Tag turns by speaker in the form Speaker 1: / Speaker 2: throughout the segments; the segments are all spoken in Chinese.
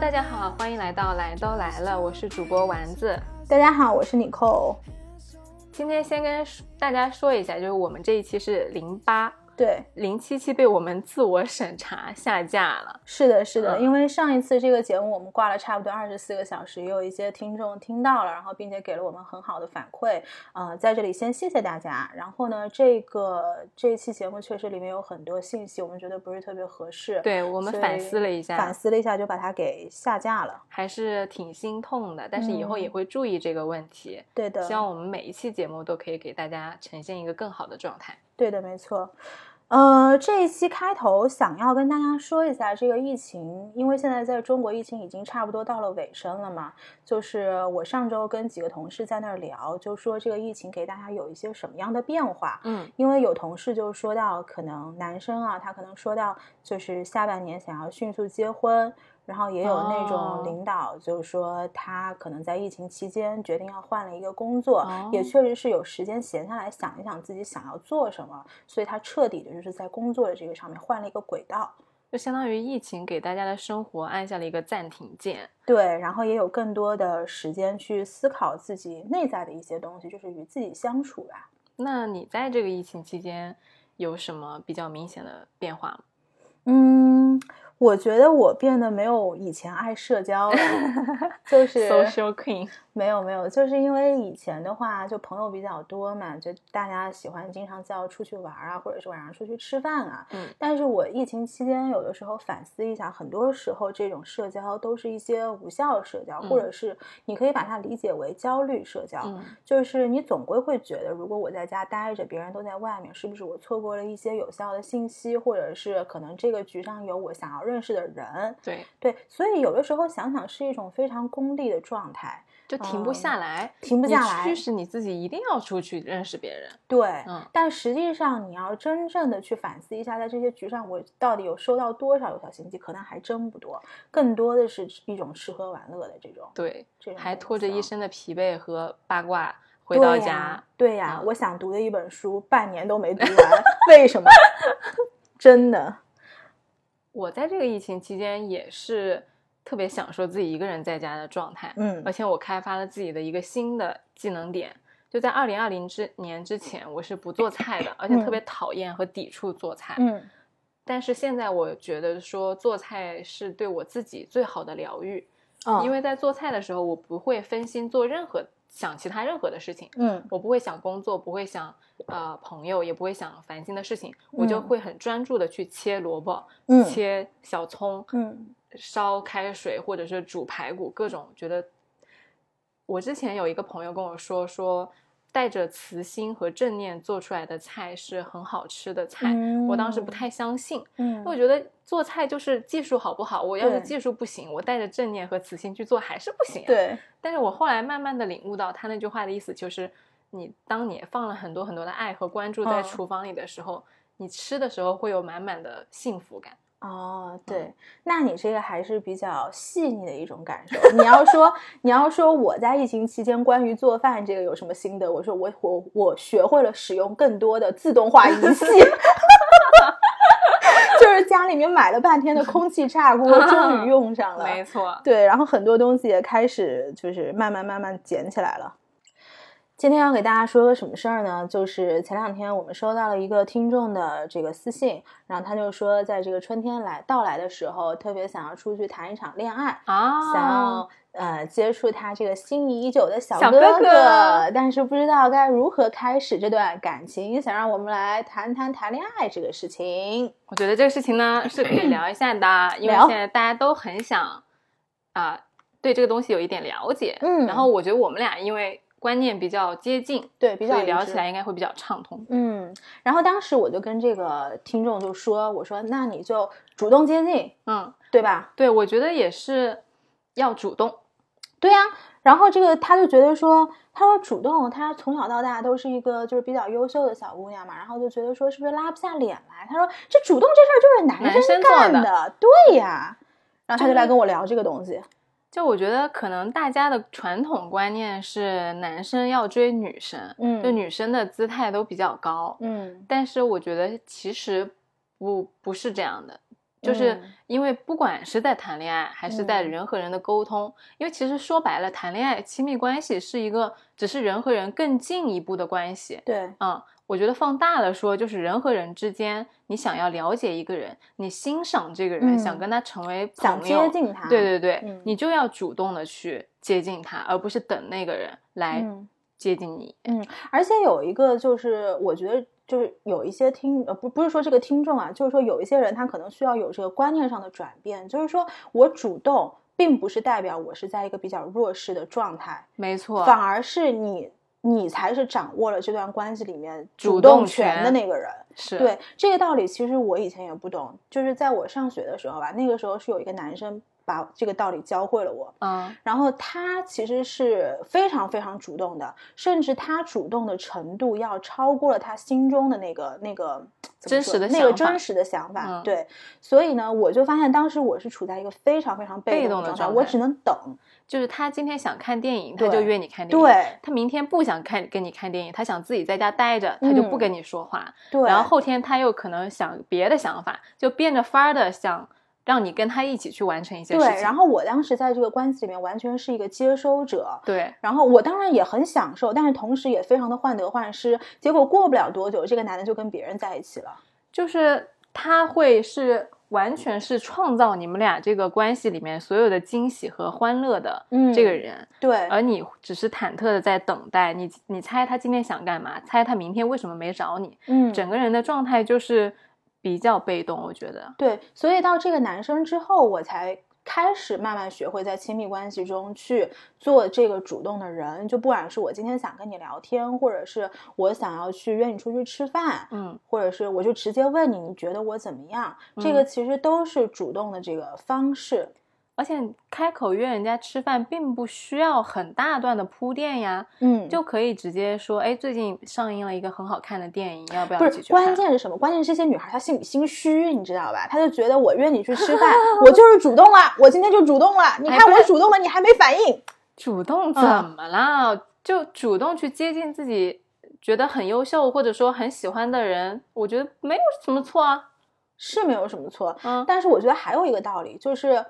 Speaker 1: 大家好，欢迎来到来都来了，我是主播丸子。
Speaker 2: 大家好，我是你寇。
Speaker 1: 今天先跟大家说一下，就是我们这一期是零八
Speaker 2: 对，
Speaker 1: 零七期被我们自我审查下架了。
Speaker 2: 是的，是的，
Speaker 1: 嗯
Speaker 2: 因为上一次这个节目我们挂了差不多二十四个小时，也有一些听众听到了，然后并且给了我们很好的反馈，呃，在这里先谢谢大家。然后呢，这个这一期节目确实里面有很多信息，我们觉得不是特别合适，，
Speaker 1: 对我们反思了一
Speaker 2: 反
Speaker 1: 下，
Speaker 2: 思了一下就把它给下架了。
Speaker 1: 还是挺心痛的，但是以后
Speaker 2: 嗯
Speaker 1: 也会注意这个问题。
Speaker 2: 对的，
Speaker 1: 希望我们每一期节目都可以给大家呈现一个更好的状态。
Speaker 2: 对的，没错。呃，这一期开头想要跟大家说一下这个疫情，因为现在在中国疫情已经差不多到了尾声了嘛。就是我上周跟几个同事在那儿聊，就说这个疫情给大家有一些什么样的变化。
Speaker 1: 嗯，
Speaker 2: 因为有同事就说到，可能男生啊，他可能说到就是下半年想要迅速结婚，然后也有那
Speaker 1: 哦
Speaker 2: 种领导就是说他可能在疫情期间决定要换了一个工作，
Speaker 1: 哦
Speaker 2: 也确实是有时间闲下来想一想自己想要做什么，所以他彻底的就是在工作的这个上面换了一个轨道。
Speaker 1: 就相当于疫情给大家的生活按下了一个暂停键。
Speaker 2: 对，然后也有更多的时间去思考自己内在的一些东西，就是与自己相处吧。
Speaker 1: 那你在这个疫情期间有什么比较明显的变化吗？
Speaker 2: 嗯，我觉得我变得没有以前爱社交了，就是
Speaker 1: Social Queen，
Speaker 2: 没有没有，就是因为以前的话，就朋友比较多嘛，就大家喜欢经常叫出去玩啊，或者是晚上出去吃饭啊。
Speaker 1: 嗯
Speaker 2: 但是我疫情期间有的时候反思一下，很多时候这种社交都是一些无效社交，或
Speaker 1: 嗯
Speaker 2: 者是你可以把它理解为焦虑社交。
Speaker 1: 嗯，
Speaker 2: 就是你总归会觉得，如果我在家待着，别人都在外面，是不是我错过了一些有效的信息，或者是可能这个局上有我想要认识的人？
Speaker 1: 对，
Speaker 2: 对，所以有的时候想想是一种非常功利的状态，
Speaker 1: 就停不下来，
Speaker 2: 嗯停不
Speaker 1: 你
Speaker 2: 下来哎
Speaker 1: 驱。使你自己一定要出去认识别人。
Speaker 2: 对，
Speaker 1: 嗯
Speaker 2: 但实际上你要真正的去反思一下，在这些局上我到底有收到多少有效信息，可能还真不多，更多的是一种吃喝玩乐的这种，
Speaker 1: 对，
Speaker 2: 这种
Speaker 1: 还
Speaker 2: 东
Speaker 1: 拖着
Speaker 2: 西
Speaker 1: 一
Speaker 2: 啊
Speaker 1: 身的疲惫和八卦回
Speaker 2: 对
Speaker 1: 到
Speaker 2: 呀
Speaker 1: 家。
Speaker 2: 对呀、
Speaker 1: 啊
Speaker 2: 我想读的一本书，半年都没读完， 为什么？真的，
Speaker 1: 我在这个疫情期间也是特别享受自己一个人在家的状态，
Speaker 2: 嗯
Speaker 1: 而且我开发了自己的一个新的技能点。就在二零二零之年之前，我是不做菜的，而且特别讨厌和抵触做菜。
Speaker 2: 嗯，
Speaker 1: 但是现在我觉得说做菜是对我自己最好的疗愈，因
Speaker 2: 为
Speaker 1: 为在做菜的时候，我不会分心做任何想其他任何的事情，
Speaker 2: 嗯
Speaker 1: 我不会想工作，不会想呃朋友，也不会想烦心的事情，我就
Speaker 2: 嗯
Speaker 1: 会很专注的去切萝卜、
Speaker 2: 嗯
Speaker 1: 切小葱、
Speaker 2: 嗯
Speaker 1: 烧开水或者是煮排骨，各种觉得。我之前有一个朋友跟我说，说带着慈心和正念做出来的菜是很好吃的菜，我当时不
Speaker 2: 嗯
Speaker 1: 太相信，因为我
Speaker 2: 嗯，
Speaker 1: 觉得做菜就是技术好不好，我要是
Speaker 2: 对
Speaker 1: 技术不行，我带着正念和慈心去做还是不行、啊。，
Speaker 2: 对，
Speaker 1: 但是我后来慢慢的领悟到，他那句话的意思就是，你当你放了很多很多的爱和关注在
Speaker 2: 嗯
Speaker 1: 厨房里的时候，你吃的时候会有满满的幸福感。
Speaker 2: 哦，对，那你这个还是比较细腻的一种感受。你要说，你要说我在疫情期间关于做饭这个有什么心得？我说我我我学会了使用更多的自动化仪器， 就是家里面买了半天的空气炸锅，终于用上了。
Speaker 1: 没错，
Speaker 2: 对，然后很多东西也开始就是慢慢慢慢捡起来了。今天要给大家说个什么事儿呢？就是前两天我们收到了一个听众的这个私信，然后他就说，在这个春天来到来的时候，特别想要出去谈一场恋爱，
Speaker 1: 啊，
Speaker 2: 想要呃接触他这个心仪已久的小
Speaker 1: 小
Speaker 2: 哥
Speaker 1: 哥哥
Speaker 2: 但是不知道该如何开始这段感情，想让我们来谈谈谈恋爱这个事情。
Speaker 1: 我觉得这个事情呢是可以聊一下的，因为
Speaker 2: 嗯聊
Speaker 1: 现在大家都很想啊、对这个东西有一点了解。
Speaker 2: 嗯
Speaker 1: 然后我觉得我们俩因为观念比较接近，
Speaker 2: 对，比较
Speaker 1: 所以
Speaker 2: 一
Speaker 1: 聊起
Speaker 2: 致
Speaker 1: 来应该会比较畅通。
Speaker 2: 嗯，然后当时我就跟这个听众就说：“我说那你就主动接近，
Speaker 1: 嗯，
Speaker 2: 对吧
Speaker 1: 对，我觉得也是要主动。？”
Speaker 2: 对呀、然后这个他就觉得说，他说主动，他从小到大都是一个就是比较优秀的小姑娘嘛，然后就觉得说是不是拉不下脸来？他说这主动这事儿就是
Speaker 1: 男生
Speaker 2: 生
Speaker 1: 做
Speaker 2: 干
Speaker 1: 的
Speaker 2: 对呀、然后他
Speaker 1: 就
Speaker 2: 就来
Speaker 1: 是
Speaker 2: 跟我聊这个东西，
Speaker 1: 就我觉得可能大家的传统观念是男生要追女生，
Speaker 2: 嗯
Speaker 1: 就女生的姿态都比较高，
Speaker 2: 嗯
Speaker 1: 但是我觉得其实不不是这样的。就是
Speaker 2: 嗯
Speaker 1: 因为不管是在谈恋爱，还是在人和人的沟通，因为其实说白了，谈恋爱、亲密关系是一个只是人和人更进一步的关系。
Speaker 2: 对，
Speaker 1: 嗯，我觉得放大了说，就是人和人之间，你想要了解一个人，你欣赏这个人，
Speaker 2: 嗯
Speaker 1: 想跟他成为朋
Speaker 2: 想
Speaker 1: 友，
Speaker 2: 接近他，
Speaker 1: 对对对，
Speaker 2: 嗯
Speaker 1: 你就要主动的去接近他，而不是等那个人来
Speaker 2: 嗯
Speaker 1: 接近你。
Speaker 2: 嗯，而且有一个就是，我觉得就是有一些听呃不不是说这个听众啊，就是说有一些人他可能需要有这个观念上的转变，就是说我主动并不是代表我是在一个比较弱势的状态，
Speaker 1: 没错，
Speaker 2: 反而是你你才是掌握了这段关系里面
Speaker 1: 主
Speaker 2: 主
Speaker 1: 动
Speaker 2: 动权的
Speaker 1: 权
Speaker 2: 那个人。
Speaker 1: 是，
Speaker 2: 对这个道理，其实我以前也不懂，就是在我上学的时候吧，那个时候是有一个男生把这个道理教会了我。
Speaker 1: 嗯，
Speaker 2: 然后他其实是非常非常主动的，甚至他主动的程度要超过了他心中的那个那个怎
Speaker 1: 真
Speaker 2: 么说
Speaker 1: 实的
Speaker 2: 那个
Speaker 1: 想法
Speaker 2: 真实的想法。
Speaker 1: 嗯
Speaker 2: 对，所以呢，我就发现当时我是处在一个非常非常
Speaker 1: 被
Speaker 2: 被
Speaker 1: 动
Speaker 2: 动
Speaker 1: 的
Speaker 2: 状态，
Speaker 1: 状
Speaker 2: 我
Speaker 1: 态
Speaker 2: 只能等。
Speaker 1: 就是他今天想看电影，他
Speaker 2: 对
Speaker 1: 就约你看电影。
Speaker 2: 对
Speaker 1: 他明天不想看跟你看电影，他想自己在家待着，他就不
Speaker 2: 嗯
Speaker 1: 跟你说话。
Speaker 2: 对，
Speaker 1: 然后后天他又可能想别的想法，就变着法儿的想让你跟他一起去完成一些事情。
Speaker 2: 对，然后我当时在这个关系里面完全是一个接收者。
Speaker 1: 对
Speaker 2: 然后我当然也很享受，但是同时也非常的患得患失。结果过不了多久，这个男的就跟别人在一起了。
Speaker 1: 就是他会是完全是创造你们俩这个关系里面所有的惊喜和欢乐的
Speaker 2: 嗯
Speaker 1: 这个人，呃
Speaker 2: 对，
Speaker 1: 而你只是忐忑的在等待。你你猜他今天想干嘛？猜他明天为什么没找你？
Speaker 2: 嗯，
Speaker 1: 整个人的状态就是比较被动，我觉得。
Speaker 2: 对，所以到这个男生之后，我才开始慢慢学会在亲密关系中去做这个主动的人。就不管是我今天想跟你聊天，或者是我想要去约你出去吃饭，
Speaker 1: 嗯，
Speaker 2: 或者是我就直接问你，你觉得我怎么样？这个其实都是主动的这个方式。
Speaker 1: 而且开口约人家吃饭，并不需要很大段的铺垫呀，
Speaker 2: 嗯，
Speaker 1: 就可以直接说，哎，最近上映了一个很好看的电影，要不要
Speaker 2: 不
Speaker 1: 一起
Speaker 2: 是
Speaker 1: 去看？
Speaker 2: 关键是什么？关键是这些女孩她心里心虚，你知道吧？她就觉得我约你去吃饭， 我就是主动了，我今天就主动了。你
Speaker 1: 哎
Speaker 2: 看
Speaker 1: 不
Speaker 2: 我
Speaker 1: 是
Speaker 2: 主动了，你还没反应。
Speaker 1: 主动怎
Speaker 2: 嗯
Speaker 1: 么啦？就主动去接近自己觉得很优秀或者说很喜欢的人，我觉得没有什么错啊。
Speaker 2: 是没有什么错，
Speaker 1: 嗯，
Speaker 2: 但是我觉得还有一个道理，就是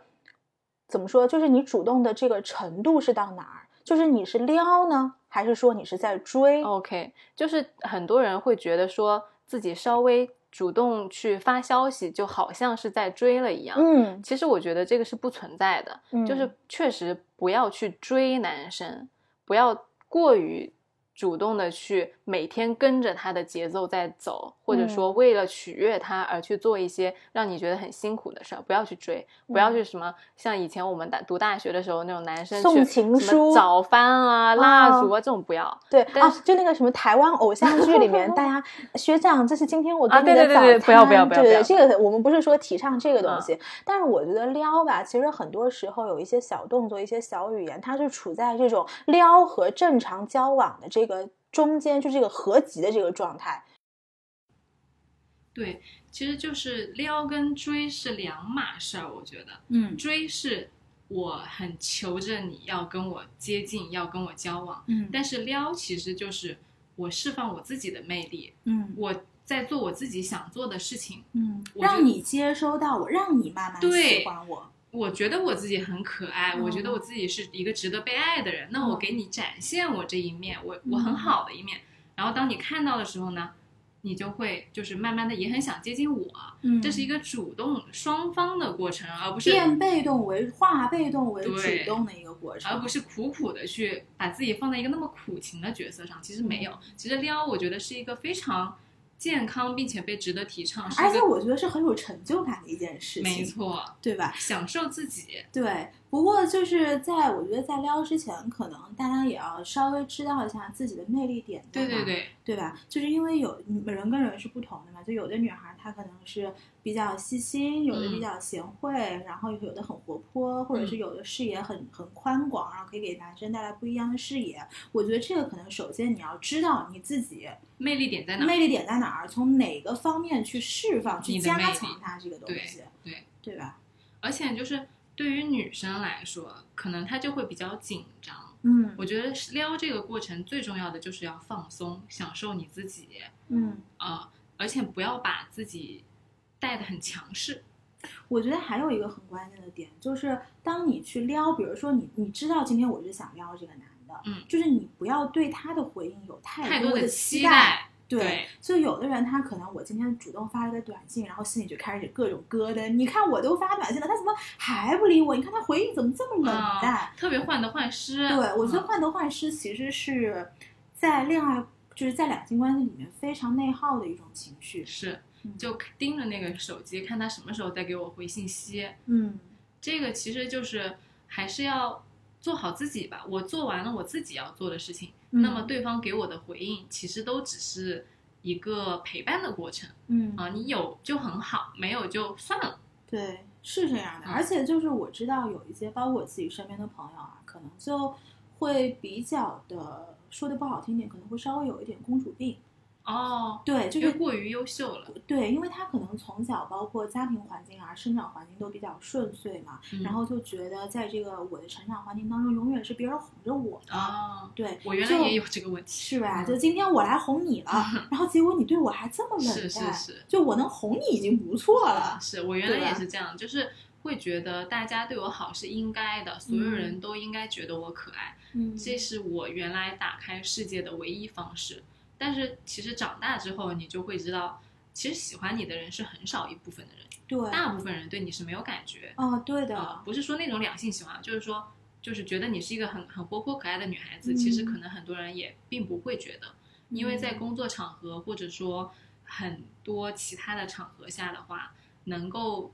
Speaker 2: 怎么说，就是你主动的这个程度是到哪儿？就是你是撩呢，还是说你是在追？
Speaker 1: OK，就是很多人会觉得说自己稍微主动去发消息，就好像是在追了一样。
Speaker 2: 嗯，
Speaker 1: 其实我觉得这个是不存在的，就是
Speaker 2: 嗯
Speaker 1: 确实不要去追男生，不要过于主动的去每天跟着他的节奏在走，或者
Speaker 2: 嗯
Speaker 1: 说为了取悦他而去做一些让你觉得很辛苦的事儿，不要去追，不要
Speaker 2: 嗯
Speaker 1: 去什么、像以前我们大读大学的时候那种男生
Speaker 2: 送
Speaker 1: 去
Speaker 2: 情
Speaker 1: 什么
Speaker 2: 书
Speaker 1: 早翻啊、蜡
Speaker 2: 啊
Speaker 1: 烛啊这种不要。
Speaker 2: 对
Speaker 1: 但
Speaker 2: 啊，就那个什么台湾偶像剧 里面，大家学长，这是今天我
Speaker 1: 啊
Speaker 2: 给你
Speaker 1: 对
Speaker 2: 的
Speaker 1: 对
Speaker 2: 早餐。
Speaker 1: 对对不要不要不要
Speaker 2: 对
Speaker 1: 不要啊
Speaker 2: 对，这个我们不是说提倡这个东西，但是我觉得撩吧，其实很多时候有一些小动作、一些小语言，它是处在这种撩和正常交往的这个中间，就这个合集的这个状态。
Speaker 1: 对，其实就是撩跟追是两码事儿，我觉得。
Speaker 2: 嗯
Speaker 1: 追是我很求着你要跟我接近，要跟我交往，
Speaker 2: 嗯
Speaker 1: 但是撩其实就是我释放我自己的魅力，
Speaker 2: 嗯
Speaker 1: 我在做我自己想做的事情。
Speaker 2: 嗯，
Speaker 1: 我觉得
Speaker 2: 让你接收到我，让你慢慢
Speaker 1: 对
Speaker 2: 喜欢我。
Speaker 1: 我觉得我自己很可爱，
Speaker 2: 嗯
Speaker 1: 我觉得我自己是一个值得被爱的人。那我
Speaker 2: 嗯
Speaker 1: 给你展现我这一面，我我很
Speaker 2: 嗯
Speaker 1: 好的一面。然后当你看到的时候呢，你就会就是慢慢的也很想接近我。
Speaker 2: 嗯
Speaker 1: 这是一个主动双方的过程，而不是
Speaker 2: 变被动为化被动为
Speaker 1: 对
Speaker 2: 主动的一个过程，
Speaker 1: 而不是苦苦的去把自己放在一个那么苦情的角色上。其实
Speaker 2: 嗯
Speaker 1: 没有，其实撩我觉得是一个非常健康并且被值得提倡，是
Speaker 2: 而
Speaker 1: 一
Speaker 2: 且
Speaker 1: 个
Speaker 2: 我觉得是很有成就感的一件事情，
Speaker 1: 没，错，
Speaker 2: 对吧？
Speaker 1: 享受自己。
Speaker 2: 对。不过就是在我觉得在撩之前，可能大家也要稍微知道一下自己的魅力点在
Speaker 1: 对对
Speaker 2: 哪，
Speaker 1: 对，
Speaker 2: 对吧？就是因为有嗯人跟人是不同的嘛，就有的女孩她可能是比较细心，有的
Speaker 1: 嗯
Speaker 2: 比较贤惠，然后有的很活泼，或者是有的视野很很宽广，然后可以给男生带来不一样的视野。我觉得这个可能首先你要知道你自己
Speaker 1: 魅力点在哪？
Speaker 2: 魅力点在哪儿，从哪个方面去释放、去
Speaker 1: 你的
Speaker 2: 加
Speaker 1: 魅力
Speaker 2: 强它这个东西，
Speaker 1: 对，
Speaker 2: 对吧？
Speaker 1: 而且就是对于女生来说，可能她就会比较紧张。
Speaker 2: 嗯
Speaker 1: 我觉得撩这个过程最重要的就是要放松，享受你自己
Speaker 2: 嗯，
Speaker 1: 啊、呃而且不要把自己带的很强势。
Speaker 2: 我觉得还有一个很关键的点，就是当你去撩，比如说你你知道今天我是想撩这个男的，
Speaker 1: 嗯，
Speaker 2: 就是你不要对他的回应有太
Speaker 1: 太多
Speaker 2: 的
Speaker 1: 的
Speaker 2: 期
Speaker 1: 期待，
Speaker 2: 对，
Speaker 1: 对
Speaker 2: 就有的人他可能我今天主动发了个短信，然后心里就开始各种咯噔。你看我都发短信了，他怎么还不理我？你看他回应怎么这么冷
Speaker 1: 嗯
Speaker 2: 淡？
Speaker 1: 特别患得患失。
Speaker 2: 对我觉得
Speaker 1: 嗯
Speaker 2: 患得患失其实是在恋爱，就是在两性关系里面非常内耗的一种情绪。
Speaker 1: 是
Speaker 2: 嗯，
Speaker 1: 就盯着那个手机，看他什么时候再给我回信息。
Speaker 2: 嗯
Speaker 1: 这个其实就是还是要做好自己吧。我做完了我自己要做的事情，
Speaker 2: 嗯
Speaker 1: 那么对方给我的回应其实都只是一个陪伴的过程
Speaker 2: 嗯
Speaker 1: 啊。你有就很好，没有就算了。
Speaker 2: 对，是这样的，
Speaker 1: 嗯
Speaker 2: 而且就是我知道有一些，包括我自己身边的朋友啊，可能就会比较的，说的不好听点，可能会稍微有一点公主病。
Speaker 1: 哦，
Speaker 2: 对，就
Speaker 1: 因为
Speaker 2: 是
Speaker 1: 过于优秀了，
Speaker 2: 对，因为他可能从小包括家庭环境啊、生长环境都比较顺遂嘛，
Speaker 1: 嗯
Speaker 2: 然后就觉得在这个我的成长环境当中，永远是别人哄着我的。
Speaker 1: 哦，
Speaker 2: 对，
Speaker 1: 我原来
Speaker 2: 就
Speaker 1: 也有这个问题，
Speaker 2: 是吧？
Speaker 1: 嗯
Speaker 2: 就今天我来 哄你了，然后结果你对我还这么冷淡，
Speaker 1: 是是是
Speaker 2: 就我能哄你已经不错了。
Speaker 1: 是我原来
Speaker 2: 对吧
Speaker 1: 也是这样，就是会觉得大家对我好是应该的，所有人都应该觉得我可爱。
Speaker 2: 嗯，
Speaker 1: 这是我原来打开世界的唯一方式。但是其实长大之后，你就会知道，其实喜欢你的人是很少一部分的人，
Speaker 2: 对，
Speaker 1: 大部分人对你是没有感觉
Speaker 2: 哦，对的，
Speaker 1: 啊、不是说那种两性喜欢，啊就是说，就是觉得你是一个很很活泼可爱的女孩子，
Speaker 2: 嗯
Speaker 1: 其实可能很多人也并不会觉得，因为在
Speaker 2: 嗯
Speaker 1: 工作场合或者说很多其他的场合下的话，能够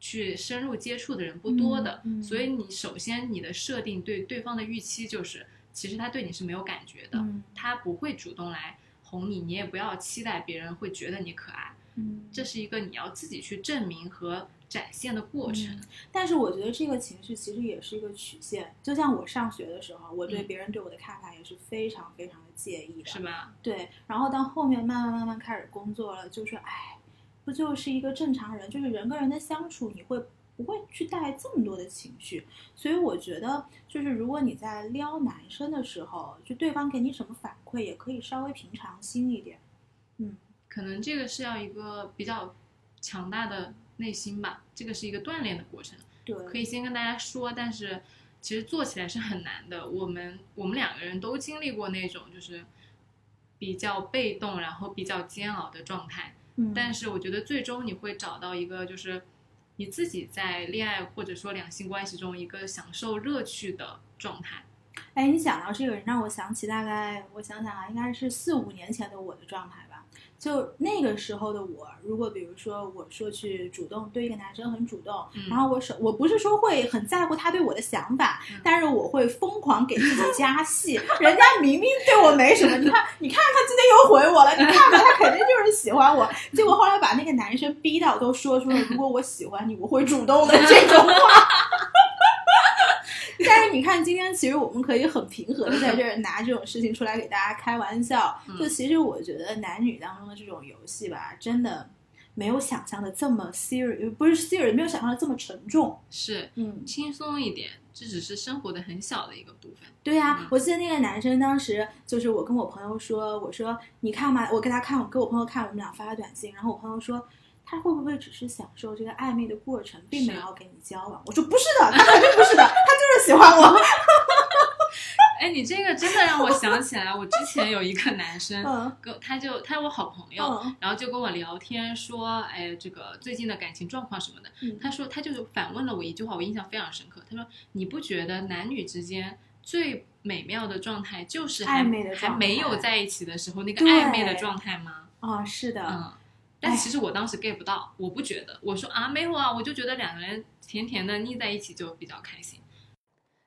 Speaker 1: 去深入接触的人不多的，
Speaker 2: 嗯嗯
Speaker 1: 所以你首先你的设定对对方的预期就是，其实他对你是没有感觉的，
Speaker 2: 嗯
Speaker 1: 他不会主动来哄你，你也不要期待别人会觉得你可爱，
Speaker 2: 嗯，
Speaker 1: 这是一个你要自己去证明和展现的过程。
Speaker 2: 但是我觉得这个情绪其实也是一个曲线，就像我上学的时候，我对
Speaker 1: 嗯
Speaker 2: 别人对我的看法也是非常非常的介意的，
Speaker 1: 是吧？
Speaker 2: 对，然后到后面慢慢慢慢开始工作了，就是哎，不就是一个正常人，就是人跟人的相处，你会不会去带这么多的情绪？所以我觉得，就是如果你在撩男生的时候，就对方给你什么反馈，也可以稍微平常心一点。嗯，
Speaker 1: 可能这个是要一个比较强大的内心吧，这个是一个锻炼的过程。
Speaker 2: 对，
Speaker 1: 可以先跟大家说，但是其实做起来是很难的。我们我们两个人都经历过那种就是比较被动，然后比较煎熬的状态。
Speaker 2: 嗯，
Speaker 1: 但是我觉得最终你会找到一个就是你自己在恋爱或者说两性关系中一个享受乐趣的状态。
Speaker 2: 哎，你讲到这个，让我想起大概，我想想啊，应该是四五年前的我的状态吧。就那个时候的我，如果比如说我说去主动对一个男生很主动，
Speaker 1: 嗯
Speaker 2: 然后我手我不是说会很在乎他对我的想法，
Speaker 1: 嗯
Speaker 2: 但是我会疯狂给自己加戏。人家明明对我没什么，你看，你看他今天又回我了，你看吧，他肯定就是喜欢我。结果后来把那个男生逼到都说出了如果我喜欢你，我会主动的这种话。 但是你看，今天其实我们可以很平和的在这儿拿这种事情出来给大家开玩笑。
Speaker 1: 嗯
Speaker 2: 就其实我觉得男女当中的这种游戏吧，真的没有想象的这么 serious，不是 serious，没有想象的这么沉重。
Speaker 1: 是
Speaker 2: 嗯，
Speaker 1: 轻松一点，这只是生活的很小的一个部分。
Speaker 2: 对呀、
Speaker 1: 嗯
Speaker 2: 我记得那个男生当时就是我跟我朋友说，我说你看嘛，我给他看，我给我朋友看，我们俩发了短信，然后我朋友说。他会不会只是享受这个暧昧的过程，并没有要跟你交往？我说不是的，他肯定不是的，他就是喜欢我。
Speaker 1: 哎，你这个真的让我想起来，我之前有一个男生，
Speaker 2: 嗯
Speaker 1: 跟他就他是我好朋友，
Speaker 2: 嗯
Speaker 1: 然后就跟我聊天说，哎，这个最近的感情状况什么的。
Speaker 2: 嗯
Speaker 1: 他说他就是反问了我一句话，我印象非常深刻。他说你不觉得男女之间最美妙的状态就是还
Speaker 2: 暧昧的状态
Speaker 1: 还没有在一起的时候那个
Speaker 2: 对
Speaker 1: 暧昧的状态吗？
Speaker 2: 啊、是的，
Speaker 1: 嗯。但其实我当时 get 不到，我不觉得。我说啊，没有啊，我就觉得两个人甜甜的腻在一起就比较开心。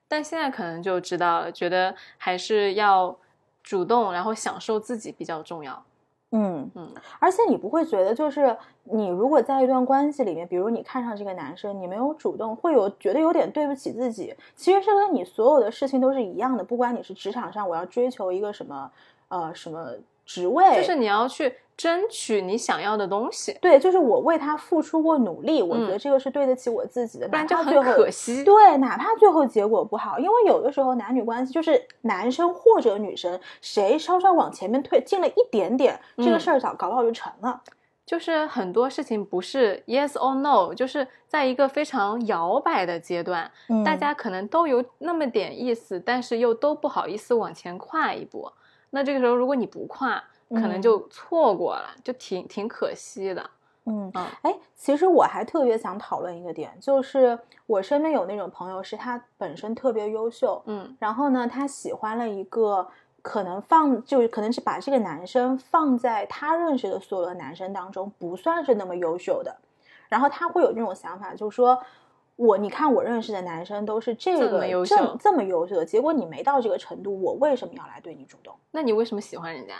Speaker 1: 但现在可能就知道了，觉得还是要主动，然后享受自己比较重要。
Speaker 3: 嗯
Speaker 1: 嗯，
Speaker 3: 而且你不会觉得，就是你如果在一段关系里面，比如你看上这个男生，你没有主动，会有觉得有点对不起自己。其实这跟你所有的事情都是一样的，不管你是职场上我要追求一个什么呃什么职位，
Speaker 1: 就是你要去争取你想要的东西，
Speaker 3: 对，就是我为他付出过努力，我觉
Speaker 1: 嗯
Speaker 3: 得这个是对得起我自己的，
Speaker 1: 不然
Speaker 3: 哪
Speaker 1: 就
Speaker 3: 怕
Speaker 1: 很
Speaker 3: 最后
Speaker 1: 可惜。
Speaker 3: 对，哪怕最后结果不好，因为有的时候男女关系就是男生或者女生谁稍稍往前面退进了一点点，这个
Speaker 1: 嗯
Speaker 3: 事儿早搞不好就成了。
Speaker 1: 就是很多事情不是 yes or no，就是在一个非常摇摆的阶段，
Speaker 2: 嗯
Speaker 1: 大家可能都有那么点意思，但是又都不好意思往前跨一步。那这个时候，如果你不跨，可能
Speaker 2: 嗯
Speaker 1: 就错过了，就挺挺可惜的。
Speaker 2: 嗯
Speaker 1: 嗯，
Speaker 2: 哎，其实我还特别想讨论一个点，就是我身边有那种朋友，是他本身特别优秀，
Speaker 1: 嗯
Speaker 2: 然后呢，他喜欢了一个可能放，就是可能是把这个男生放在他认识的所有的男生当中，不算是那么优秀的。然后他会有这种想法，就是说我，你看我认识的男生都是这
Speaker 1: 这
Speaker 2: 个
Speaker 1: 么优
Speaker 2: 这
Speaker 1: 秀
Speaker 2: 么这么优秀的，结果你没到这个程度，我为什么要来对你主动？
Speaker 1: 那你为什么喜欢人家？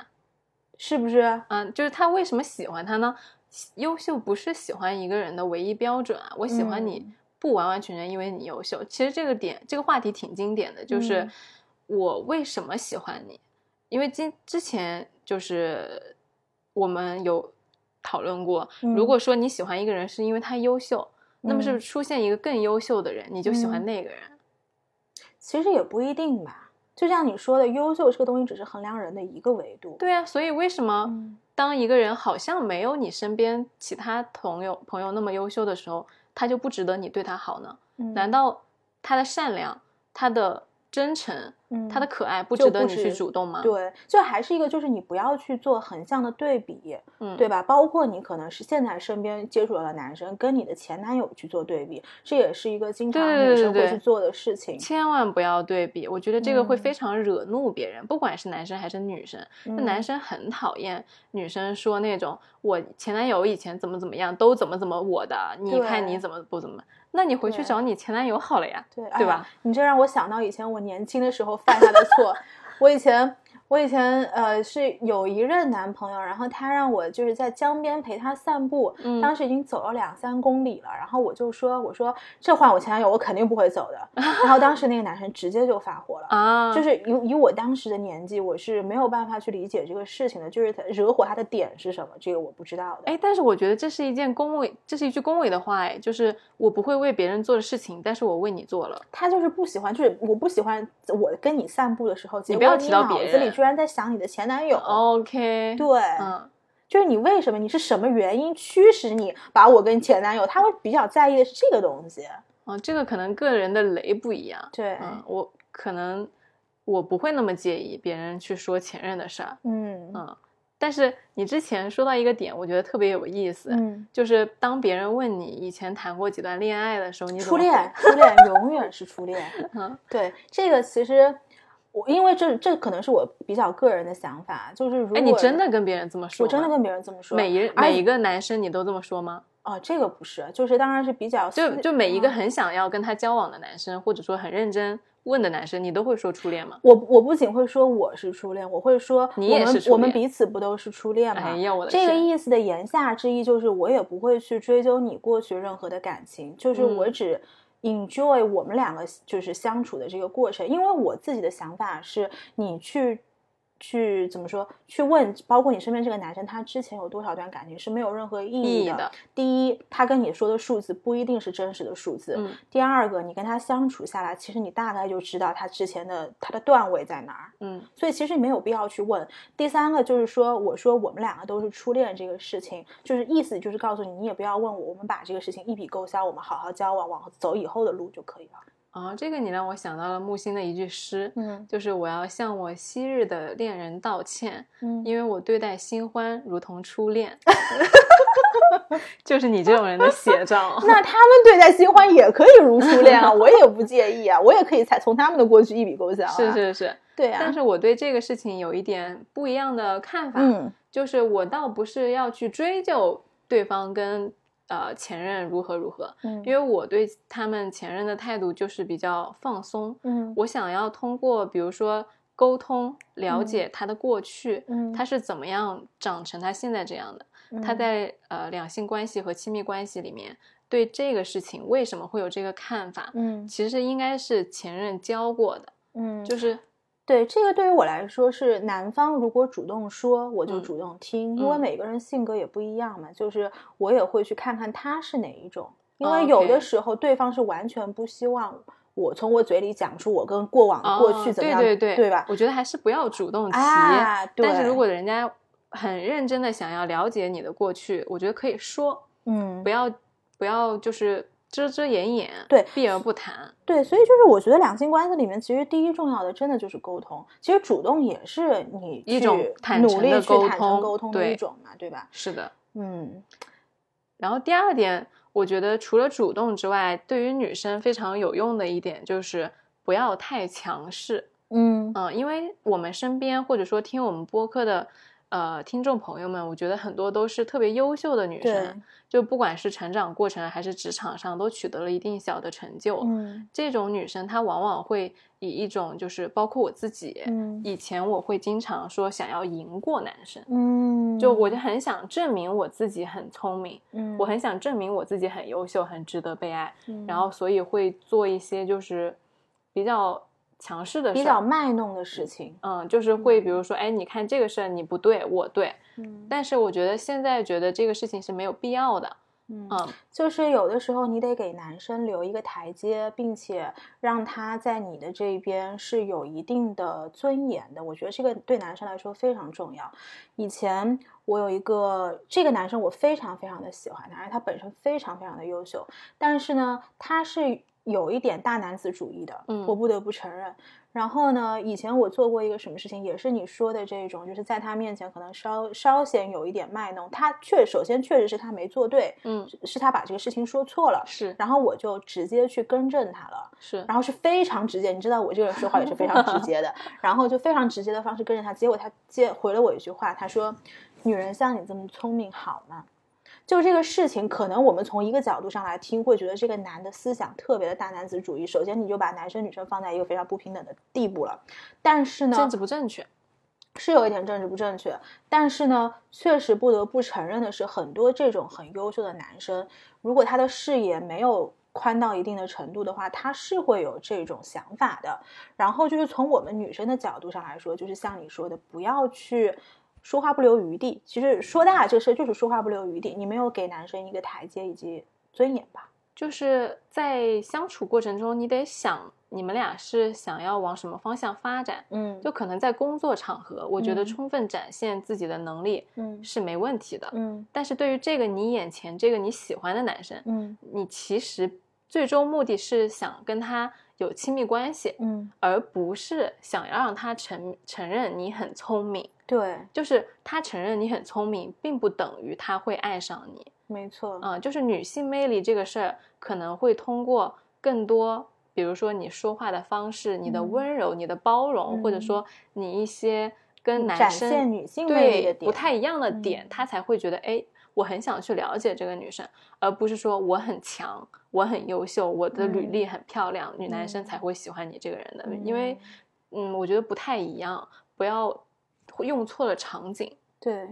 Speaker 2: 是不是？
Speaker 1: 嗯，就是他为什么喜欢他呢？喜优秀不是喜欢一个人的唯一标准啊！我喜欢你
Speaker 2: 嗯
Speaker 1: 不完完全全因为你优秀。其实这个点，这个话题挺经典的，就是
Speaker 2: 嗯
Speaker 1: 我为什么喜欢你？因为今之前就是我们有讨论过，如
Speaker 2: 嗯
Speaker 1: 果说你喜欢一个人是因为他优秀，那么是不
Speaker 2: 嗯
Speaker 1: 是出现一个更优秀的人，你就喜欢
Speaker 2: 嗯
Speaker 1: 那个人？
Speaker 2: 其实也不一定吧。就像你说的，优秀这个东西只是衡量人的一个维度。
Speaker 1: 对啊，所以为什么？
Speaker 2: 嗯
Speaker 1: 当一个人好像没有你身边其他朋友朋友那么优秀的时候，他就不值得你对他好呢？
Speaker 2: 嗯
Speaker 1: 难道他的善良、他的真诚、
Speaker 2: 嗯
Speaker 1: 他的可爱不
Speaker 2: 就
Speaker 1: 值得
Speaker 2: 不
Speaker 1: 你去
Speaker 2: 值
Speaker 1: 主动吗？，
Speaker 2: 对，就还是一个，就是你不要去做横向的对比，
Speaker 1: 嗯，
Speaker 2: 对吧？包括你可能是现在身边接触到的男生，跟你的前男友去做对比，这也是一个经常
Speaker 1: 对对
Speaker 2: 女生
Speaker 1: 对
Speaker 2: 会
Speaker 1: 对
Speaker 2: 去做的事情。
Speaker 1: 千万不要对比，我觉得这个会
Speaker 2: 嗯
Speaker 1: 非常惹怒别人，不管是男生还是女生。那男
Speaker 2: 嗯
Speaker 1: 生很讨厌女生说那种我前男友以前怎么怎么样，都怎么怎么我的，你看你
Speaker 2: 对
Speaker 1: 怎么不怎么。那你回去
Speaker 2: 对
Speaker 1: 找你前男友好了呀。
Speaker 2: 对，
Speaker 1: 对
Speaker 2: 哎呀
Speaker 1: 吧？
Speaker 2: 你这让我想到以前我年轻的时候犯下的错。 我以前，我以前呃是有一任男朋友，然后他让我就是在江边陪他散步，
Speaker 1: 嗯
Speaker 2: 当时已经走了两三公里了，然后我就说，我说这换我前男友，我肯定不会走 的。然后当时那个男生直接就发火了。
Speaker 1: 啊，
Speaker 2: 就是以以我当时的年纪，我是没有办法去理解这个事情的，就是他惹火他的点是什么，这个我不知道的。
Speaker 1: 哎，但是我觉得这是一件恭维，这是一句恭维的话，哎，就是我不会为别人做的事情，但是我为你做了。
Speaker 2: 他就是不喜欢，就是我不喜欢我跟你散步的时候，结
Speaker 1: 你
Speaker 2: 果
Speaker 1: 不要提到
Speaker 2: 脑
Speaker 1: 别
Speaker 2: 子里
Speaker 1: 人
Speaker 2: 居然在想你的前男友。，
Speaker 1: OK，，
Speaker 2: 对，
Speaker 1: 嗯，
Speaker 2: 就是你为什么，你是什么原因驱使你把我跟前男友？他会比较在意的是这个东西。
Speaker 1: 哦，这个可能个人的雷不一样。
Speaker 2: 对，
Speaker 1: 嗯，我可能我不会那么介意别人去说前任的事儿，
Speaker 2: 嗯
Speaker 1: 嗯但是你之前说到一个点，我觉得特别有意思，
Speaker 2: 嗯，
Speaker 1: 就是当别人问你以前谈过几段恋爱的时候，你怎
Speaker 2: 初
Speaker 1: 么
Speaker 2: 恋， 初恋永远是初恋。
Speaker 1: 回， 嗯
Speaker 2: 对，这个其实我因为这这可能是我比较个人的想法，就是如果
Speaker 1: 哎，你真的跟别人这么说
Speaker 2: 我
Speaker 1: 吗？
Speaker 2: 真的跟别人这么说，
Speaker 1: 每一人
Speaker 2: 而
Speaker 1: 每一个男生你都这么说吗？
Speaker 2: 哦，这个不是，就是当然是比较
Speaker 1: 就
Speaker 2: 私
Speaker 1: 就每一个
Speaker 2: 嗯
Speaker 1: 很想要跟他交往的男生，或者说很认真问的男生，你都会说初恋吗？
Speaker 2: 我我不仅会说我是初恋，我会说
Speaker 1: 你
Speaker 2: 我
Speaker 1: 也
Speaker 2: 们
Speaker 1: 是初
Speaker 2: 我们
Speaker 1: 恋
Speaker 2: 彼此不都是初恋吗？
Speaker 1: 哎呀，我的
Speaker 2: 这个
Speaker 1: 天
Speaker 2: 意思的言下之意就是，我也不会去追究你过去任何的感情，就是我
Speaker 1: 嗯
Speaker 2: 只 enjoy 我们两个就是相处的这个过程。因为我自己的想法是，你去去怎么说，去问，包括你身边这个男生，他之前有多少段感情是没有任何意
Speaker 1: 意
Speaker 2: 义
Speaker 1: 义
Speaker 2: 的。
Speaker 1: 的，
Speaker 2: 第一，他跟你说的数字不一定是真实的数字；
Speaker 1: 嗯
Speaker 2: 第二个，你跟他相处下来，其实你大概就知道他之前的他的段位在哪儿。
Speaker 1: 嗯
Speaker 2: 所以其实没有必要去问。第三个就是说，我说我们两个都是初恋这个事情，就是意思就是告诉你，你也不要问我，我们把这个事情一笔勾销，我们好好交往，往后走以后的路就可以了。
Speaker 1: 哦，这个你让我想到了木心的一句诗，
Speaker 2: 嗯
Speaker 1: 就是我要向我昔日的恋人道歉，
Speaker 2: 嗯，
Speaker 1: 因为我对待新欢如同初恋， 就是你这种人的写 照。
Speaker 2: 那他们对待新欢也可以如初 恋啊，我也不介意啊，我也可以才从他们的过去一笔勾销、啊。
Speaker 1: 是，是是，
Speaker 2: 对啊。
Speaker 1: 但是我对这个事情有一点不一样的看法，
Speaker 2: 嗯
Speaker 1: 就是我倒不是要去追究对方跟呃前任如何如何，
Speaker 2: 嗯
Speaker 1: 因为我对他们前任的态度就是比较放松，
Speaker 2: 嗯
Speaker 1: 我想要通过比如说沟通了解他的过去，
Speaker 2: 嗯
Speaker 1: 他是怎么样长成他现在这样的，他在呃两性关系和亲密关系里面对这个事情为什么会有这个看法，
Speaker 2: 嗯
Speaker 1: 其实应该是前任教过的，
Speaker 2: 嗯
Speaker 1: 就是
Speaker 2: 对这个对于我来说是男方如果主动说，我就
Speaker 1: 嗯
Speaker 2: 主动听，因为
Speaker 1: 嗯
Speaker 2: 每个人性格也不一样嘛，就是我也会去看看他是哪一种，因
Speaker 1: 哦
Speaker 2: 为
Speaker 1: OK
Speaker 2: 有的时候对方是完全不希望我从我嘴里讲出我跟啊过往的过
Speaker 1: 哦
Speaker 2: 去怎么
Speaker 1: 对
Speaker 2: 样，
Speaker 1: 对对
Speaker 2: 吧？
Speaker 1: 我觉得还是不要主动提，
Speaker 2: 啊，对，
Speaker 1: 但是如果人家很认真的想要了解你的过去，我觉得可以说，
Speaker 2: 嗯
Speaker 1: 不，要不要就是遮遮掩掩，
Speaker 2: 对
Speaker 1: 避而不谈。
Speaker 2: 对，所以就是我觉得两性关系里面，其实第一重要的真的就是沟通。其实主动也是你
Speaker 1: 一
Speaker 2: 去
Speaker 1: 种坦
Speaker 2: 努
Speaker 1: 诚
Speaker 2: 力
Speaker 1: 的
Speaker 2: 去
Speaker 1: 沟
Speaker 2: 坦诚
Speaker 1: 通
Speaker 2: 沟通的
Speaker 1: 对
Speaker 2: 一种嘛，对吧？
Speaker 1: 是的。
Speaker 2: 嗯
Speaker 1: 然后第二点，我觉得除了主动之外，对于女生非常有用的一点就是不要太强势。
Speaker 2: 嗯
Speaker 1: 嗯、因为我们身边或者说听我们播客的呃听众朋友们，我觉得很多都是特别优秀的女
Speaker 2: 对
Speaker 1: 生，就不管是成长过程还是职场上，都取得了一定小的成就。
Speaker 2: 嗯
Speaker 1: 这种女生她往往会以一种就是包括我自己，
Speaker 2: 嗯
Speaker 1: 以前我会经常说想要赢过男生，
Speaker 2: 嗯，
Speaker 1: 就我就很想证明我自己很聪明。
Speaker 2: 嗯
Speaker 1: 我很想证明我自己很优秀，很值得被爱，
Speaker 2: 嗯
Speaker 1: 然后所以会做一些就是比较强势的事儿，
Speaker 2: 比较卖弄的事情，
Speaker 1: 嗯，就是会比如说，哎，你看这个事儿你不对，我对，
Speaker 2: 嗯
Speaker 1: 但是我觉得现在觉得这个事情是没有必要的，
Speaker 2: 嗯
Speaker 1: 嗯，
Speaker 2: 就是有的时候你得给男生留一个台阶，并且让他在你的这边是有一定的尊严的。我觉得这个对男生来说非常重要。以前我有一个这个男生，我非常非常的喜欢他，而且他本身非常非常的优秀，但是呢，他是有一点大男子主义的，
Speaker 1: 嗯
Speaker 2: 我不得不承认。然后呢，以前我做过一个什么事情，也是你说的这种，就是在他面前可能稍稍显有一点卖弄。他确首先确实是他没做对，
Speaker 1: 嗯，
Speaker 2: 是是他把这个事情说错了，
Speaker 1: 是
Speaker 2: 然后我就直接去更正他了，
Speaker 1: 是，
Speaker 2: 然后是非常直接，你知道我这个人说话也是非常直接的，然后就非常直接的方式跟着他，结果他接回了我一句话，他说：“女人像你这么聪明好吗？”就这个事情，可能我们从一个角度上来听，会觉得这个男的思想特别的大男子主义。首先，你就把男生女生放在一个非常不平等的地步了。但是呢，
Speaker 1: 政治不正确，
Speaker 2: 是有一点政治不正确，但是呢，确实不得不承认的是，很多这种很优秀的男生，如果他的视野没有宽到一定的程度的话，他是会有这种想法的。然后就是从我们女生的角度上来说，就是像你说的，不要去说话不留余地。其实说大了这事儿就是说话不留余地，你没有给男生一个台阶以及尊严吧？
Speaker 1: 就是在相处过程中，你得想你们俩是想要往什么方向发展。
Speaker 2: 嗯
Speaker 1: 就可能在工作场合，我觉得
Speaker 2: 嗯
Speaker 1: 充分展现自己的能力
Speaker 2: 嗯
Speaker 1: 是没问题的。
Speaker 2: 嗯
Speaker 1: 但是对于这个你眼前这个你喜欢的男生，
Speaker 2: 嗯
Speaker 1: 你其实最终目的是想跟他有亲密关系，
Speaker 2: 嗯，
Speaker 1: 而不是想要让他承承认你很聪明。
Speaker 2: 对，
Speaker 1: 就是他承认你很聪明，并不等于他会爱上你。
Speaker 2: 没错，
Speaker 1: 啊、就是女性魅力这个事儿，可能会通过更多，比如说你说话的方式、你的
Speaker 2: 嗯
Speaker 1: 温柔、你的包容，或者
Speaker 2: 嗯
Speaker 1: 说你一些跟男
Speaker 2: 展
Speaker 1: 生
Speaker 2: 现女性魅力
Speaker 1: 对
Speaker 2: 的
Speaker 1: 不
Speaker 2: 点
Speaker 1: 太一样的点，
Speaker 2: 嗯
Speaker 1: 他才会觉得哎，我很想去了解这个女生，而不是说我很强、我很优秀、我的履
Speaker 2: 嗯
Speaker 1: 历很漂亮，女男
Speaker 2: 嗯
Speaker 1: 生才会喜欢你这个人的，因为
Speaker 2: 嗯
Speaker 1: 嗯，我觉得不太一样，不要用错了场景。
Speaker 2: 对，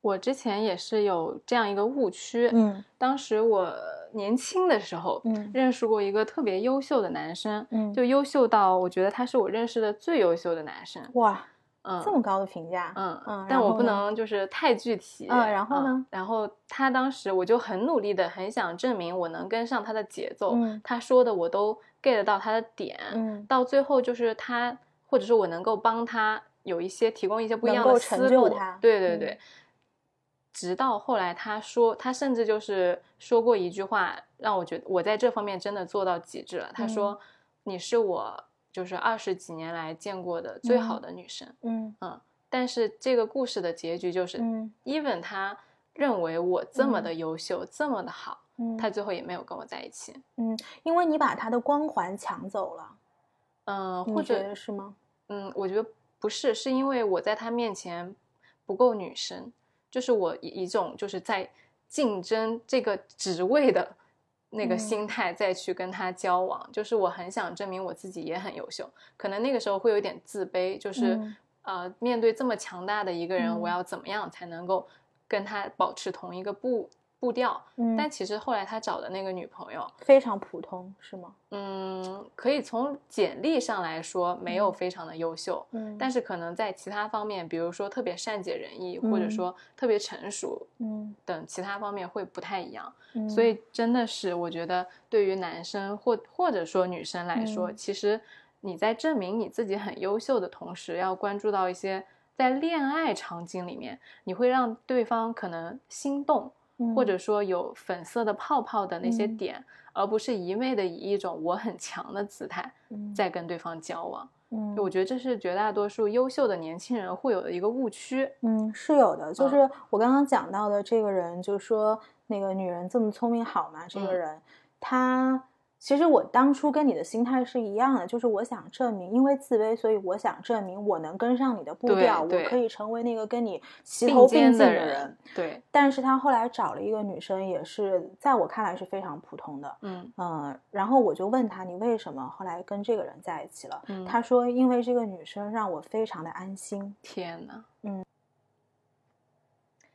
Speaker 1: 我之前也是有这样一个误区，
Speaker 2: 嗯
Speaker 1: 当时我年轻的时候，
Speaker 2: 嗯
Speaker 1: 认识过一个特别优秀的男生，
Speaker 2: 嗯，
Speaker 1: 就优秀到我觉得他是我认识的最优秀的男生。
Speaker 2: 哇，
Speaker 1: 嗯，
Speaker 2: 这么高的评价，
Speaker 1: 嗯
Speaker 2: 嗯
Speaker 1: 但
Speaker 2: 然
Speaker 1: 我
Speaker 2: 后
Speaker 1: 不
Speaker 2: 呢
Speaker 1: 能就是太具体。
Speaker 2: 嗯然后呢
Speaker 1: 然后他当时我就很努力的，很想证明我能跟上他的节奏，
Speaker 2: 嗯
Speaker 1: 他说的我都 get 到他的点，
Speaker 2: 嗯
Speaker 1: 到最后就是他，或者说我能够帮他有一些提供一些不一
Speaker 2: 能
Speaker 1: 样
Speaker 2: 够
Speaker 1: 的
Speaker 2: 成
Speaker 1: 思路，
Speaker 2: 就他
Speaker 1: 对对
Speaker 2: 嗯
Speaker 1: 对。直到后来，他说，他甚至就是说过一句话，让我觉得我在这方面真的做到极致了。他
Speaker 2: 嗯
Speaker 1: 说：“你是我就是二十几年来见过的最好
Speaker 2: 嗯
Speaker 1: 的女生。
Speaker 2: 嗯
Speaker 1: 但是这个故事的结局就是、
Speaker 2: 嗯
Speaker 1: e v e n 他认为我这么
Speaker 2: 嗯
Speaker 1: 的优秀，这么的好，
Speaker 2: 嗯，
Speaker 1: 他最后也没有跟我在一起。
Speaker 2: 因为你把他的光环抢走了，
Speaker 1: 嗯，
Speaker 2: 你
Speaker 1: 或
Speaker 2: 觉
Speaker 1: 者
Speaker 2: 得是吗？
Speaker 1: 嗯，我觉得不是，是因为我在他面前不够女生，就是我以一种就是在竞争这个职位的。那个
Speaker 2: 嗯
Speaker 1: 心态再去跟他交往，就是我很想证明我自己也很优秀，可能那个时候会有点自卑，就是、
Speaker 2: 嗯
Speaker 1: 呃，面对这么强大的一个人，
Speaker 2: 嗯
Speaker 1: 我要怎么样才能够跟他保持同一个步步调？
Speaker 2: 嗯，
Speaker 1: 但其实后来他找的那个女朋友，
Speaker 2: 非常普通是吗？
Speaker 1: 嗯，可以从简历上来说没有
Speaker 2: 嗯
Speaker 1: 非常的优秀，
Speaker 2: 嗯，
Speaker 1: 但
Speaker 2: 是
Speaker 1: 是可能在其他方面，比如说特别善解人意，或者
Speaker 2: 嗯
Speaker 1: 说特别成熟
Speaker 2: 嗯，
Speaker 1: 等其他方面会不太一样。
Speaker 2: 嗯
Speaker 1: 所以真的是，我觉得对于男生或或者说女生来说，
Speaker 2: 嗯
Speaker 1: 其实你在证明你自己很优秀的同时，要关注到一些在恋爱场景里面，你会让对方可能心动，或者说有粉色的泡泡的那些
Speaker 2: 嗯
Speaker 1: 点，而不是一味的以一种我很强的姿态
Speaker 2: 嗯
Speaker 1: 在跟对方交往。
Speaker 2: 嗯
Speaker 1: 我觉得这是绝大多数优秀的年轻人会有的一个误区。
Speaker 2: 嗯，是有的，就
Speaker 1: 嗯
Speaker 2: 是我刚刚讲到的这个人，就说那个女人这么聪明好吗？这个
Speaker 1: 嗯
Speaker 2: 人，他其实我当初跟你的心态是一样的，就是我想证明，因为自卑，所以我想证明我能跟上你的步
Speaker 1: 对
Speaker 2: 调，我
Speaker 1: 对
Speaker 2: 可以成为那个跟你齐
Speaker 1: 并
Speaker 2: 头并
Speaker 1: 肩
Speaker 2: 进
Speaker 1: 的
Speaker 2: 人。
Speaker 1: 人对，
Speaker 2: 但是他后来找了一个女生，也是在我看来是非常普通的，
Speaker 1: 嗯
Speaker 2: 嗯，然后我就问他，你为什么后来跟这个人在一起了？
Speaker 1: 嗯，
Speaker 2: 他说，因为这个女生让我非常的安心。
Speaker 1: 天呐，
Speaker 2: 嗯。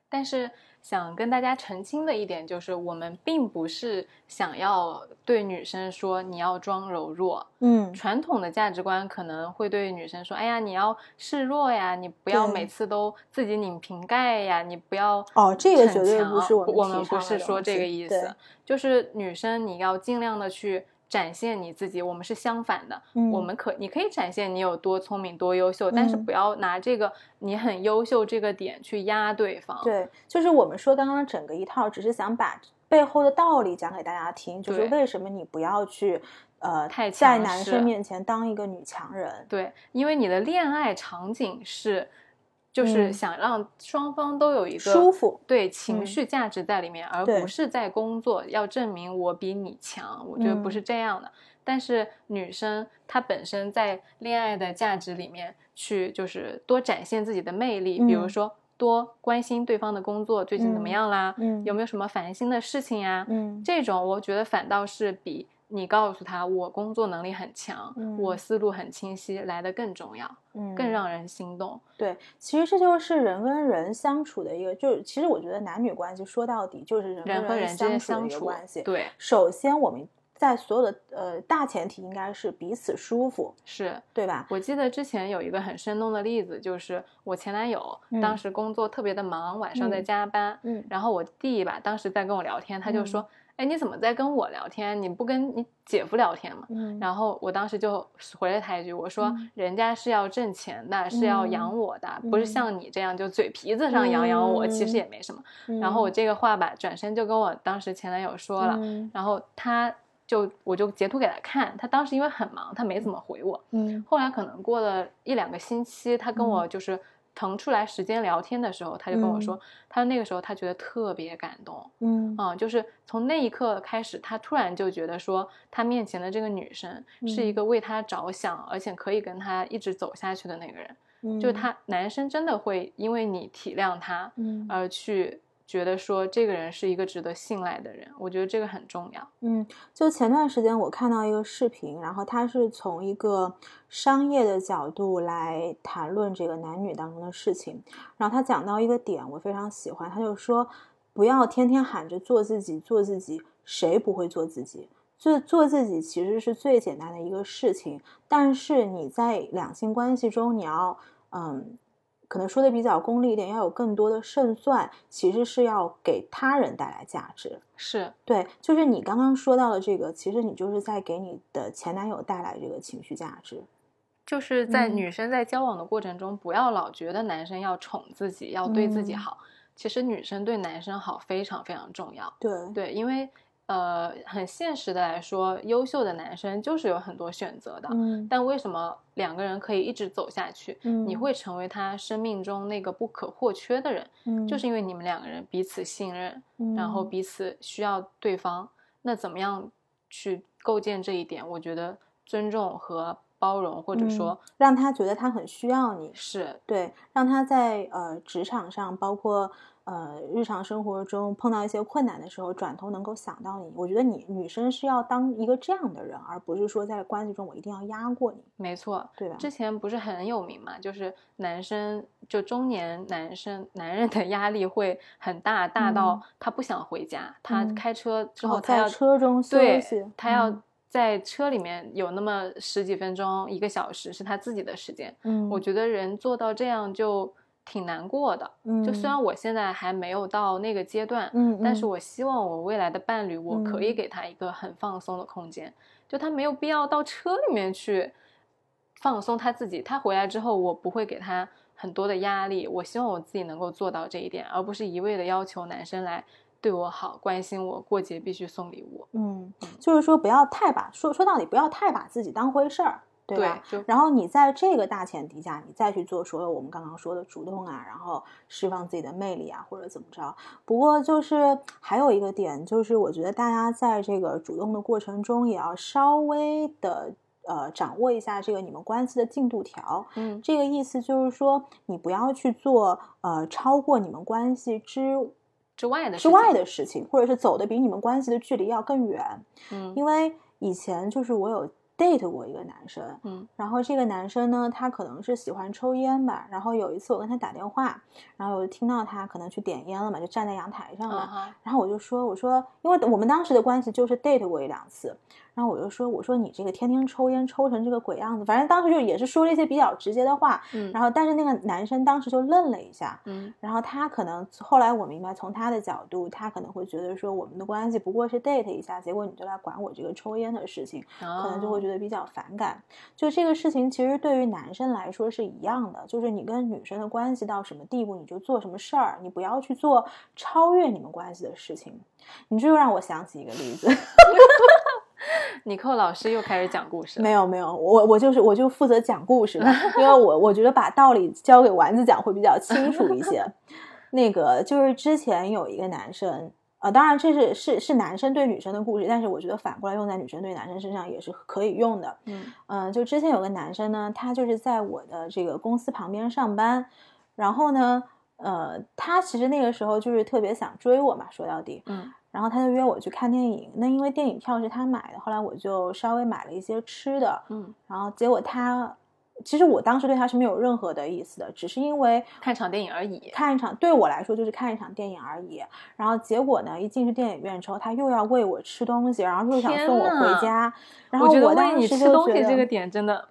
Speaker 1: 但是想跟大家澄清的一点就是，我们并不是想要对女生说你要装柔弱。
Speaker 2: 嗯
Speaker 1: 传统的价值观可能会对女生说：“哎呀，你要示弱呀，你不要
Speaker 2: 对
Speaker 1: 每次都自己拧瓶盖呀，你不要
Speaker 2: 哦这个绝
Speaker 1: 逞
Speaker 2: 对
Speaker 1: 强
Speaker 2: 不是我们
Speaker 1: 我
Speaker 2: 提
Speaker 1: 们
Speaker 2: 倡
Speaker 1: 不
Speaker 2: 的
Speaker 1: 是说
Speaker 2: 东
Speaker 1: 这个
Speaker 2: 西
Speaker 1: 意
Speaker 2: 对
Speaker 1: 思，就是女生你要尽量的去展现你自己，我们是相反的，
Speaker 2: 嗯，
Speaker 1: 我们可你可以展现你有多聪明、多优秀，但是
Speaker 2: 嗯
Speaker 1: 不要拿这个你很优秀这个点去压对方。，
Speaker 2: 对，就是我们说刚刚整个一套，只是想把背后的道理讲给大家听，就
Speaker 1: 对
Speaker 2: 是为什么你不要去呃
Speaker 1: 太
Speaker 2: 在
Speaker 1: 强
Speaker 2: 男
Speaker 1: 势
Speaker 2: 生面前当一个女强人。
Speaker 1: 对，因为你的恋爱场景是，就是
Speaker 2: 嗯
Speaker 1: 想让双方都有一个
Speaker 2: 舒服
Speaker 1: 对
Speaker 2: 嗯
Speaker 1: 情绪价值在里面，而
Speaker 2: 对
Speaker 1: 不是在工作要证明我比你强。我觉得不
Speaker 2: 嗯
Speaker 1: 是这样的。但是女生她本身在恋爱的价值里面去，就是多展现自己的魅力，比如
Speaker 2: 嗯
Speaker 1: 说多关心对方的工作最近怎么
Speaker 2: 嗯
Speaker 1: 样啦，
Speaker 2: 嗯
Speaker 1: 有没有什么烦心的事情呀、
Speaker 2: 嗯
Speaker 1: 这种我觉得反倒是比你告诉他我工作能力很强，
Speaker 2: 嗯
Speaker 1: 我思路很清晰来的更重要，
Speaker 2: 嗯，
Speaker 1: 更让人心动。
Speaker 2: 对，其实这就是人跟人相处的一个，就是其实我觉得男女关系说到底就是人
Speaker 1: 人和人之
Speaker 2: 相
Speaker 1: 间
Speaker 2: 处的
Speaker 1: 相
Speaker 2: 一个
Speaker 1: 处
Speaker 2: 关系。
Speaker 1: 对，
Speaker 2: 首先我们在所有的呃大前提应该是彼此舒服，
Speaker 1: 是
Speaker 2: 对吧？
Speaker 1: 我记得之前有一个很生动的例子，就是我前男友、
Speaker 2: 嗯
Speaker 1: 当时工作特别的忙，晚上在
Speaker 2: 嗯
Speaker 1: 加班，
Speaker 2: 嗯
Speaker 1: 然后我弟吧当时在跟我聊天，他就说：“哎，你怎么在跟我聊天？你不跟你姐夫聊天吗？”
Speaker 2: 嗯，
Speaker 1: 然后我当时就回了他一句，我说
Speaker 2: 嗯
Speaker 1: 人家是要挣钱的，是要养我的，不是
Speaker 2: 嗯
Speaker 1: 像你这样就嘴皮子上养养我，其实也没什么。
Speaker 2: 嗯
Speaker 1: 然后我这个话吧，转身就跟我当时前男友说了，
Speaker 2: 嗯
Speaker 1: 然后他就我就截图给他看，他当时因为很忙，他没怎么回我。
Speaker 2: 嗯
Speaker 1: 后来可能过了一两个星期，他跟我就是腾出来时间聊天的时候，他就跟我说，他那个时候他觉得特别感动，
Speaker 2: 嗯
Speaker 1: 嗯，就是从那一刻开始，他突然就觉得说，他面前的这个女生是一
Speaker 2: 嗯
Speaker 1: 个为他着想，而且可以跟他一直走下去的那个人。
Speaker 2: 嗯，
Speaker 1: 就是他男生真的会因为你体谅他，
Speaker 2: 嗯
Speaker 1: 而去觉得说这个人是一个值得信赖的人。我觉得这个很重要。
Speaker 2: 嗯，就前段时间我看到一个视频，然后他是从一个商业的角度来谈论这个男女当中的事情，然后他讲到一个点，我非常喜欢，他就说不要天天喊着做自己，做自己，谁不会做自己？做做自己其实是最简单的一个事情，但是你在两性关系中，你要嗯。可能说的比较功利一点，要有更多的胜算，其实是要给他人带来价值。
Speaker 1: 是，
Speaker 2: 对，就是你刚刚说到的这个，其实你就是在给你的前男友带来这个情绪价值。
Speaker 1: 就是在
Speaker 2: 嗯
Speaker 1: 女生在交往的过程中，不要老觉得男生要宠自己，要对自己
Speaker 2: 嗯
Speaker 1: 好。其实女生对男生好非常非常重要。
Speaker 2: 对，
Speaker 1: 对，因为呃，很现实的来说，优秀的男生就是有很多选择的。
Speaker 2: 嗯，
Speaker 1: 但为什么两个人可以一直走下去？你
Speaker 2: 嗯
Speaker 1: 会成为他生命中那个不可或缺的人，
Speaker 2: 嗯
Speaker 1: 就是因为你们两个人彼此信任，然后
Speaker 2: 嗯
Speaker 1: 彼此需要对方。那怎么样去构建这一点？我觉得尊重和包容，或者
Speaker 2: 嗯
Speaker 1: 说
Speaker 2: 让他觉得他很需要你，
Speaker 1: 是
Speaker 2: 对，让他在呃职场上，包括呃日常生活中碰到一些困难的时候，转头能够想到你。我觉得你女生是要当一个这样的人，而不是说在关系中我一定要压过你，
Speaker 1: 没错。
Speaker 2: 对吧？
Speaker 1: 之前不是很有名嘛，就是男生就中年男生男人的压力会很大，大到他不想回家，他
Speaker 2: 嗯
Speaker 1: 开车之
Speaker 2: 哦
Speaker 1: 后他
Speaker 2: 在
Speaker 1: 要、
Speaker 2: 车中休
Speaker 1: 对
Speaker 2: 息，
Speaker 1: 他要
Speaker 2: 嗯
Speaker 1: 在车里面有那么十几分钟、一个小时是他自己的时间。
Speaker 2: 嗯，
Speaker 1: 我觉得人做到这样就挺难过的。
Speaker 2: 得
Speaker 1: 就虽然我现在还没有到那个阶段，
Speaker 2: 嗯，
Speaker 1: 但是
Speaker 2: 嗯
Speaker 1: 我希望我未来的伴侣，我可以
Speaker 2: 嗯
Speaker 1: 给他一个很放松的空间，就他没有必要到车里面去放松他自己。他回来之后，我不会给他很多的压力。我希望我自己能够做到这一点，而不是一味的要求男生来对我好、关心我，过节必须送礼物。
Speaker 2: 嗯，就是说不要太把说说到底，不要太把自己当回事儿，对啊嗯吧？
Speaker 1: 就
Speaker 2: 然后你在这个大前提下，你再去做所有我们刚刚说的主动啊，然后释放自己的魅力啊，或者怎么着。不过就是还有一个点，就是我觉得大家在这个主动的过程中，也要稍微的呃掌握一下这个你们关系的进度条。
Speaker 1: 嗯
Speaker 2: 这个意思就是说，你不要去做呃超过你们关系之
Speaker 1: 之外的
Speaker 2: 之外
Speaker 1: 事
Speaker 2: 的事情，或者是走的比你们关系的距离要更远。
Speaker 1: 情嗯
Speaker 2: 因为以前就是我有 date 过一个男生，
Speaker 1: 嗯
Speaker 2: 然后这个男生呢，他可能是喜欢抽烟吧，然后有一次我跟他打电话，然后我就听到他可能去点烟了嘛，就站在阳台上
Speaker 1: 啊
Speaker 2: 了，
Speaker 1: 哈
Speaker 2: 然后我就说，我说，因为我们当时的关系就是 date 过一两次，然后我就说，我说你这个天天抽烟抽成这个鬼样子，反正当时就也是说了一些比较直接的话，
Speaker 1: 嗯
Speaker 2: 然后但是那个男生当时就愣了一下，
Speaker 1: 嗯
Speaker 2: 然后他可能后来我明白，从他的角度，他可能会觉得说我们的关系不过是 date 一下，结果你就来管我这个抽烟的事情，可能就
Speaker 1: 哦
Speaker 2: 会觉得比较反感。就这个事情，其实对于男生来说是一样的，就是你跟女生的关系到什么地步，你就做什么事儿，你不要去做超越你们关系的事情。你这又让我想起一个例子，
Speaker 1: 得哦尼寇老师又开始讲故事了
Speaker 2: 没有没有，我我就是我就负责讲故事了，因为我我觉得把道理交给丸子讲会比较清楚一些。那个就是之前有一个男生，呃，当然这是是是男生对女生的故事，但是我觉得反过来用在女生对男生身上也是可以用的。
Speaker 1: 嗯
Speaker 2: 嗯、就之前有个男生呢，他就是在我的这个公司旁边上班，然后呢，呃，他其实那个时候就是特别想追我嘛，说到底，
Speaker 1: 嗯
Speaker 2: 然后他就约我去看电影。那因为电影票是他买的，后来我就稍微买了一些吃的，
Speaker 1: 嗯，
Speaker 2: 然后结果他，其实我当时对他是没有任何的意思的，只是因为
Speaker 1: 看场电影而已。
Speaker 2: 看一场对我来说就是看一场电影而已。然后结果呢，一进去电影院之后，他又要喂我吃东西，然后又想
Speaker 1: 天
Speaker 2: 送我
Speaker 1: 呐
Speaker 2: 回家。然后
Speaker 1: 觉得
Speaker 2: 当
Speaker 1: 喂你
Speaker 2: 时
Speaker 1: 吃
Speaker 2: 就
Speaker 1: 东
Speaker 2: 觉
Speaker 1: 西
Speaker 2: 得
Speaker 1: 这个点真的，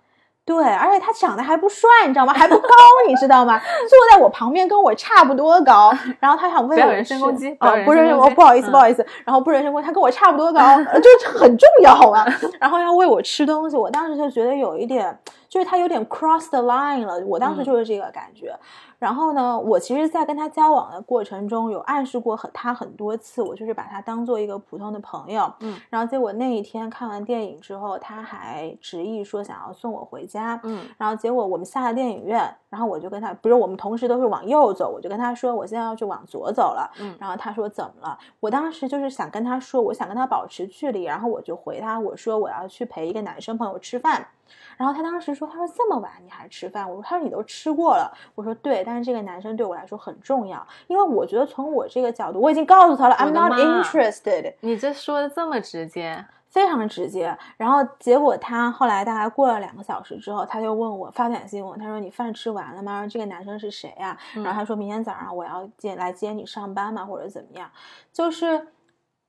Speaker 2: 对，而且他长得还不帅，你知道吗？还不高，你 知道吗？坐在我旁边跟我差不多高，然后他想喂
Speaker 1: 不要
Speaker 2: 我
Speaker 1: 人身
Speaker 2: 吃
Speaker 1: 攻击不
Speaker 2: 啊
Speaker 1: 要，人
Speaker 2: 不
Speaker 1: 身
Speaker 2: 是
Speaker 1: 攻
Speaker 2: 我
Speaker 1: 击
Speaker 2: 不好意思，
Speaker 1: 嗯
Speaker 2: 不好意思，然后不是人身攻击，他跟我差 不多高，呃这很重要啊。然后要喂我吃东西，我当时就觉得有一点，就是他有点 cross the line 了，我当时
Speaker 1: 嗯
Speaker 2: 就是这个感觉。然后呢，我其实，在跟他交往的过程中，有暗示过很他很多次，我就是把他当做一个普通的朋友，
Speaker 1: 嗯，
Speaker 2: 然后结果那一天看完电影之后，他还执意说想要送我回家，
Speaker 1: 嗯
Speaker 2: 然后结果我们下了电影院，然后我就跟他，不是我们同时都是往右走，我就跟他说我现在要去往左走了。
Speaker 1: 嗯
Speaker 2: 然后他说怎么了？我当时就是想跟他说，我想跟他保持距离，然后我就回他我说我要去陪一个男生朋友吃饭。然后他当时说，他说这么晚你还吃饭？我说他说你都吃过了。我说对，但是这个男生对我来说很重要，因为我觉得从我这个角度，我已经告诉他了
Speaker 1: 我
Speaker 2: ，I'm
Speaker 1: 的
Speaker 2: not
Speaker 1: 妈
Speaker 2: interested。
Speaker 1: 你这说的这么直接，
Speaker 2: 非常直接。然后结果他后来大概过了两个小时之后，他就问我发短信问我，他说你饭吃完了吗？然后这个男生是谁啊呀、
Speaker 1: 嗯
Speaker 2: 然后他说明天早上我要接来接你上班嘛，或者怎么样？就是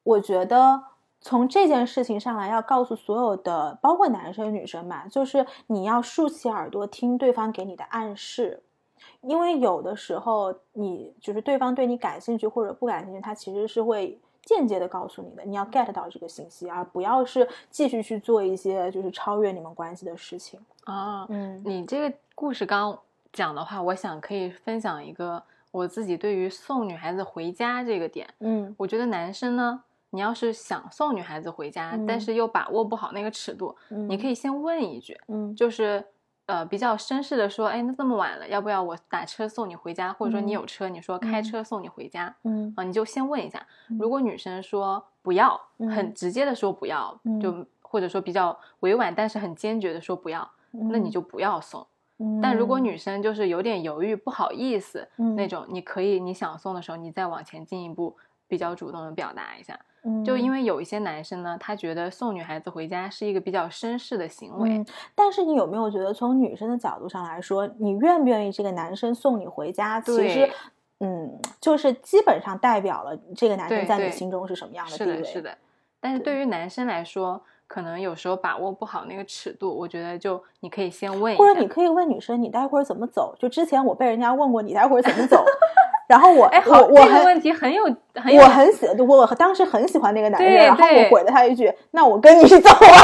Speaker 2: 我觉得。从这件事情上来，要告诉所有的，包括男生女生吧，就是你要竖起耳朵听对方给你的暗示，因为有的时候你就是对方对你感兴趣或者不感兴趣，他其实是会间接的告诉你的，你要 get 到这个信息，而不要是继续去做一些就是超越你们关系的事情。
Speaker 1: 啊，
Speaker 2: 嗯
Speaker 1: 你这个故事刚讲的话，我想可以分享一个我自己对于送女孩子回家这个点，
Speaker 2: 嗯
Speaker 1: 我觉得男生呢，你要是想送女孩子回家，
Speaker 2: 嗯
Speaker 1: 但是又把握不好那个尺度，
Speaker 2: 嗯，
Speaker 1: 你可
Speaker 2: 以
Speaker 1: 以先问一句，
Speaker 2: 嗯
Speaker 1: 就是呃比较绅士的说，哎，那这么晚了，要不要我打车送你回家？或者说你有车，你说开
Speaker 2: 嗯
Speaker 1: 车送你回家
Speaker 2: 嗯
Speaker 1: 啊，你就先问一下。如
Speaker 2: 嗯
Speaker 1: 果女生说不要，
Speaker 2: 嗯
Speaker 1: 很直接的说不要，就
Speaker 2: 嗯
Speaker 1: 或者说比较委婉，但是很坚决的说不要，那你就不要送。
Speaker 2: 嗯，
Speaker 1: 但如果女生就是有点犹豫、不好意思
Speaker 2: 嗯
Speaker 1: 那种，你可以你想送的时候，你再往前进一步，比较主动的表达一下。就因
Speaker 2: 为。
Speaker 1: 为有一些男生呢，他觉得送女孩子回家是一个比较绅士的行为
Speaker 2: 嗯，，但是你有没有觉得，从女生的角度上来说，你愿不愿意这个男生送你回家，其实
Speaker 1: 对，
Speaker 2: 嗯，就是基本上代表了这个男生
Speaker 1: 对
Speaker 2: 在你
Speaker 1: 对
Speaker 2: 心中是什么样
Speaker 1: 是
Speaker 2: 地位。
Speaker 1: 的，是的。但是对于男生来说，可能有时候把握不好那个尺度，我觉得就你可以先问一
Speaker 2: 或者你
Speaker 1: 下。
Speaker 2: 可以问女生你待会儿怎么走。就之前我被人家问过你待会儿怎 么走，然后我
Speaker 1: 哎，
Speaker 2: 我
Speaker 1: 好，
Speaker 2: 我
Speaker 1: 这个
Speaker 2: 很
Speaker 1: 问题很有很有
Speaker 2: 我很喜我当时很喜欢那个男人，
Speaker 1: 对
Speaker 2: 然后我
Speaker 1: 对
Speaker 2: 回了他一句：“那我跟你走啊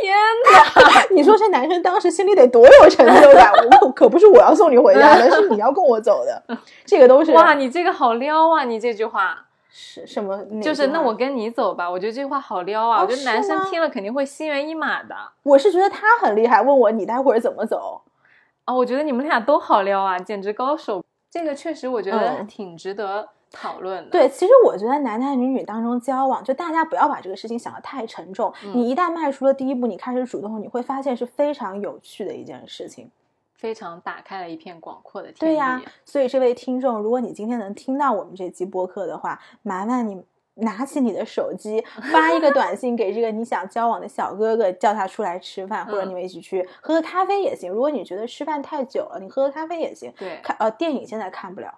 Speaker 1: 天哪！！”
Speaker 2: 你说这男生当时心里得多有成就感？我可不是我要送你回家的，是你要跟我 走的，这个都是
Speaker 1: 嗯哇，你这个好撩啊！你这句话
Speaker 2: 是什么？哪
Speaker 1: 就是
Speaker 2: 句
Speaker 1: 那
Speaker 2: 话
Speaker 1: 我跟你走吧，我觉得这句话好撩啊！
Speaker 2: 哦
Speaker 1: 我觉得男
Speaker 2: 是吗
Speaker 1: 生听了肯定会心猿意马的啊、
Speaker 2: 我是觉得他很厉害，问我你待会儿怎么走？
Speaker 1: 哦我觉得你们俩都好撩啊，简直高手！这个确实我觉得
Speaker 2: 嗯
Speaker 1: 挺值得讨论的。
Speaker 2: 对，其实我觉得男男女女当中交往，就大家不要把这个事情想得太沉重。
Speaker 1: 嗯
Speaker 2: 你一旦迈出了第一步，你开始主动，你会发现是非常有趣的一件事情。
Speaker 1: 非常打开了一片广阔的天地。
Speaker 2: 对呀、所以这位听众，如果你今天能听到我们这期播客的话，麻烦你拿起你的手机，发一个短信给这个你想交往的小哥哥，叫他出来吃饭，或者
Speaker 1: 嗯
Speaker 2: 你们一起去喝个咖啡也行。如果你觉得吃饭太久了，你喝个咖啡也行。
Speaker 1: 对，
Speaker 2: 看呃，电影现在看不了，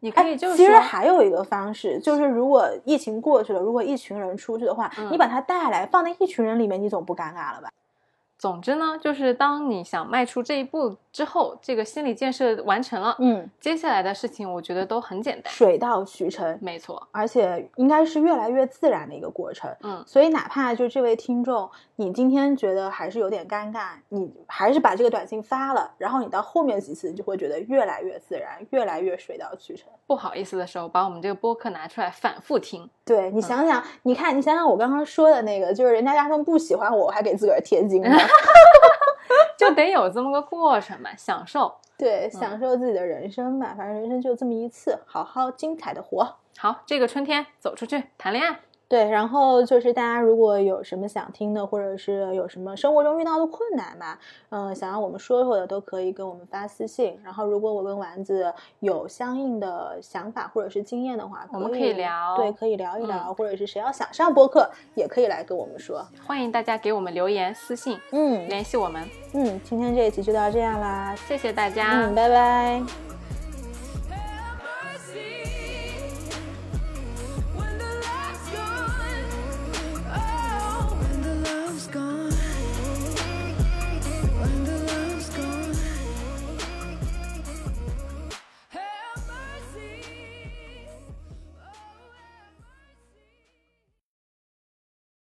Speaker 1: 你可
Speaker 2: 哎，
Speaker 1: 以就是
Speaker 2: 其实
Speaker 1: 说
Speaker 2: 还有一个方式，就是如果疫情过去了，如果一群人出去的话，
Speaker 1: 嗯
Speaker 2: 你把他带来放在一群人里面，你总不尴尬了吧？
Speaker 1: 总之呢，就是当你想迈出这一步之后，这个心理建设完成了，
Speaker 2: 嗯，
Speaker 1: 接下来的事情我觉得都很简单。
Speaker 2: 水到渠成，
Speaker 1: 没错，
Speaker 2: 而且应该是越来越自然的一个过程。
Speaker 1: 嗯，
Speaker 2: 所以，哪怕就这位听众，你今天觉得还是有点尴尬，你还是把这个短信发了，然后你到后面几次，你就会觉得越来越自然，越来越水到渠成。
Speaker 1: 不好意思的时候，把我们这个播客拿出来反复听。
Speaker 2: 对你想想，你看，你想想我刚刚说的那个，就是人家压根不喜欢我，我还给自个儿贴金呢。
Speaker 1: 就得有这么个过程嘛，享受。
Speaker 2: 对，享受自己的人生嘛，反正人生就这么一次，好好精彩的活。
Speaker 1: 好，这个春天走出去谈恋爱，
Speaker 2: 对，然后就是大家如果有什么想听的，或者是有什么生活中遇到的困难嘛，嗯、想让我们说说的，都可以跟我们发私信。然后，如果我跟丸子有相应的想法或者是经验的话，
Speaker 1: 我们
Speaker 2: 可
Speaker 1: 可以聊嗯
Speaker 2: 对，可以聊一聊，或者是谁要想上播客，也可以来跟我们说。
Speaker 1: 欢迎大家给我们留言、私信
Speaker 2: 嗯
Speaker 1: 联系我们，
Speaker 2: 嗯，今天这一期就到这样啦，
Speaker 1: 谢谢大家。
Speaker 2: 嗯，拜拜。